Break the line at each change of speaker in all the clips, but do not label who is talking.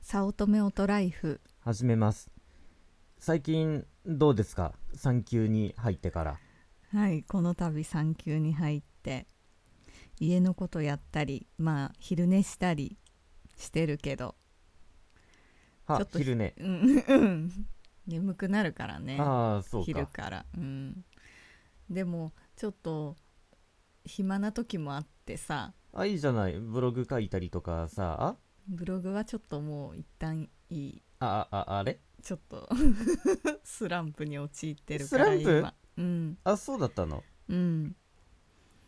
早乙女オトライフ
始めます最近どうですか産休に入ってから
はいこの度産休に入って家のことやったりまあ昼寝したりしてるけどちょ
は
っと
昼寝
うんうん 眠くなるからね
ああそう
昼
か
からうんでもちょっと暇な時もあってさ
あいいじゃないブログ書いたりとかさ
ブログはちょっともう一旦いい
ああああれ
ちょっと スランプに陥ってるか
ス
ら
ランプ
今うん
あそうだったの
うん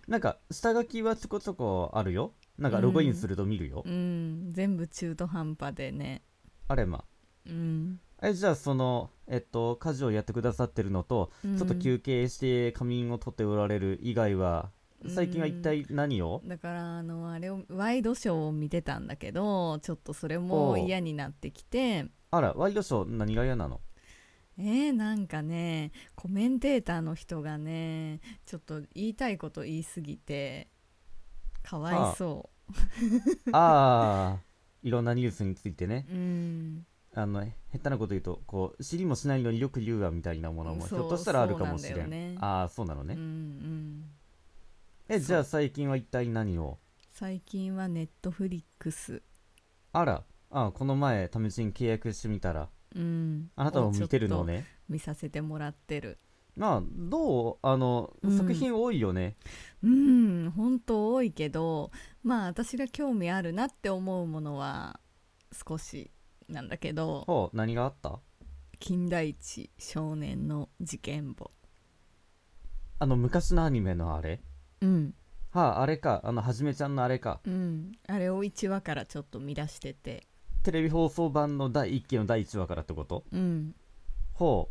なんか下書きはちょこちょこあるよなんかログインすると見るよ、
うん全部中途半端でね
あれま
うん
えじゃあそのえっと家事をやってくださってるのと、
うん
ちょっと休憩して仮眠を取っておられる以外は最近は一体何を、
だからあのあれをワイドショーを見てたんだけどちょっとそれも嫌になってきて
あらワイドショー何が 嫌なの
えー、なんかねコメンテーターの人がねちょっと言いたいこと言いすぎてかわいそ
ああいろんなニュースについてね
ううん
あの下手なこと言うとこう知りもしないのによく言うわみたいなものもひ
そう
ょっとしたらあるかもし
そう
れ
なん
ん
だよね
ああそうなの
う
ね、
んうん
えじゃあ最近は一体何を
最近はネットフリックス
あらあこの前試しに契約してみたら
うん
あなたも見てるの
をちょっ
ね
と見させてもらってる
まあどうあの、
うん
作品多いよね
うん本当多いけどまあ私が興味あるなって思うものは少しなんだけど
ほう何があった
金田一少年の事件簿
あの昔のアニメのあれ
うん
はああれかあのはじめちゃんのあれか
うんあれを1話からちょっと見出してて
テレビ放送版の第1期の第1話からってこと
うん
ほ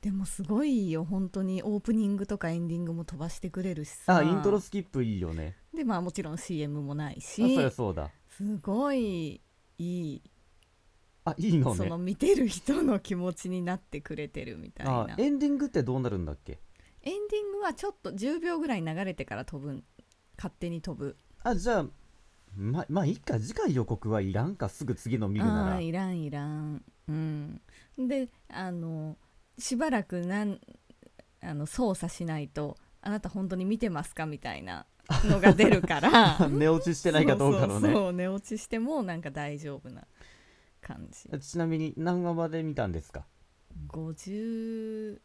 でもすごいよ本当にオープニングとかエンディングも飛ばしてくれるし
う
さ
あイントロスキップいいよね
でまあもちろん CM もない
あそり
し
ゃそうだ
すごいいい
あいいの
そ,、
ね
の見てる人の気持ちになってくれてるみたい
あ
な
エンディングってどうなるんだっけ
エンディングはちょっと10秒ぐらい流れてから飛ぶん勝手に飛ぶ
あじゃあままあいいか次回予告はいらんかすぐ次の見る
あ
な
あーいらんいらんうんであのしばらくなんあの操作しないとあなた本当に見てますかみたいなのが出るから
ら寝落ち してないかどうか
そう
の
そう
ね
そう寝落ちしてもなんか大丈夫な感じ
ちなみに何話まで見たんですか
52?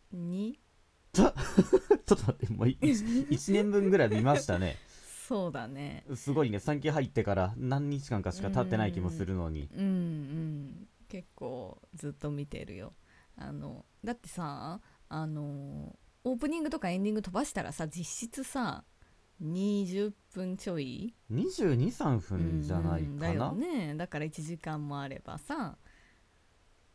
ちょっと待って もう 1, 年分ぐらい見ましたね
そうだね
すごいね産休入ってから何日間かしか経ってない気もするのに
うんうん結構ずっと見てるよあのだってさあのオープニングとかエンディング飛ばしたらさ実質さ20分ちょい
223分じゃない
うんうん
か
だ
な、
よねだから1時間もあればさ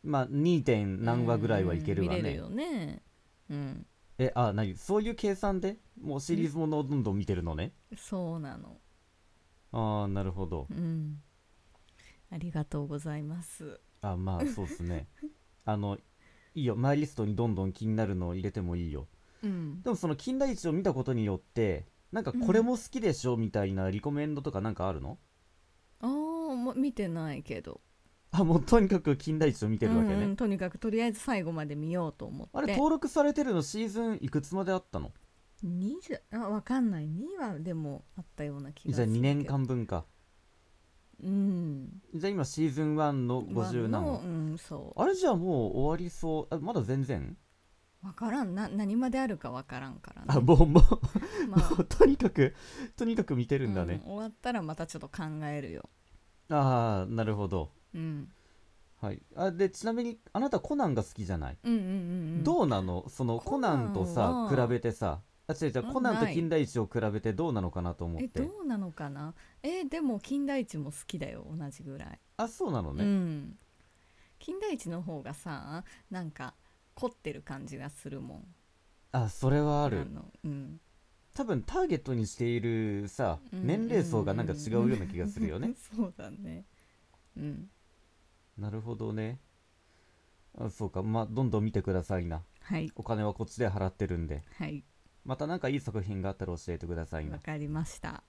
まあ 2. 点何話ぐらいはいけるわ
うん見れ
ね
るよねうん
えあ何そういう計算でもうシリーズものをどんどん見てるのね
そうなの
ああなるほど
うんありがとうございます
あまあそうっすねあのいいよマイリストにどんどん気になるのを入れてもいいよ
うん
でもその金田一を見たことによってなんかこれも好きでしょみたいなリコメンドとかなんかあるの、
ああもう見てないけど
あもうとにかく金田一を見てるわけね、
うんうんとにかくとりあえず最後まで見ようと思って
あれ登録されてるのシーズンいくつまであったの
2じゃあわかんない2はでもあったような気が
じ
す
ゃあ
るけど
2年間分か
うん
じゃあ今シーズン1の50
ま
な
あも
の
ううんそ
あれじゃあもう終わりそうあまだ全然
うわからんな何まであるかわからんからね
あもうもう
まあ
もう とにかくとにかく見てるんだね
う、終わったらまたちょっと考えるよ
ああなるほど
うん
はいあでちなみにあなたコナンが好きじゃない
うんうんうんうん
どうなのそのコ
コ
ナ
ナ
ン
ン
とさ比
は
べてさあ違う違う
あ
コナンと
ない
金田一を比べてどうなのかなと思っ
え
て
どうなのかなえでも金田一も好きだよ同じぐらい、
あそうなの
う
ね、
ん金田一の方がさなんか凝ってる感じがするもん
あそれはあ
あ
る
のうん
多分ターゲットにしているさ
うん
年齢層がなんか違うような気がするよね
そうだねうん
なるほどねあそうかまあどんどん見てくださいな
はい
お金はこっちで払ってるんで
はい
またなんかいい作品があったら教えてください
わ
な
かりました。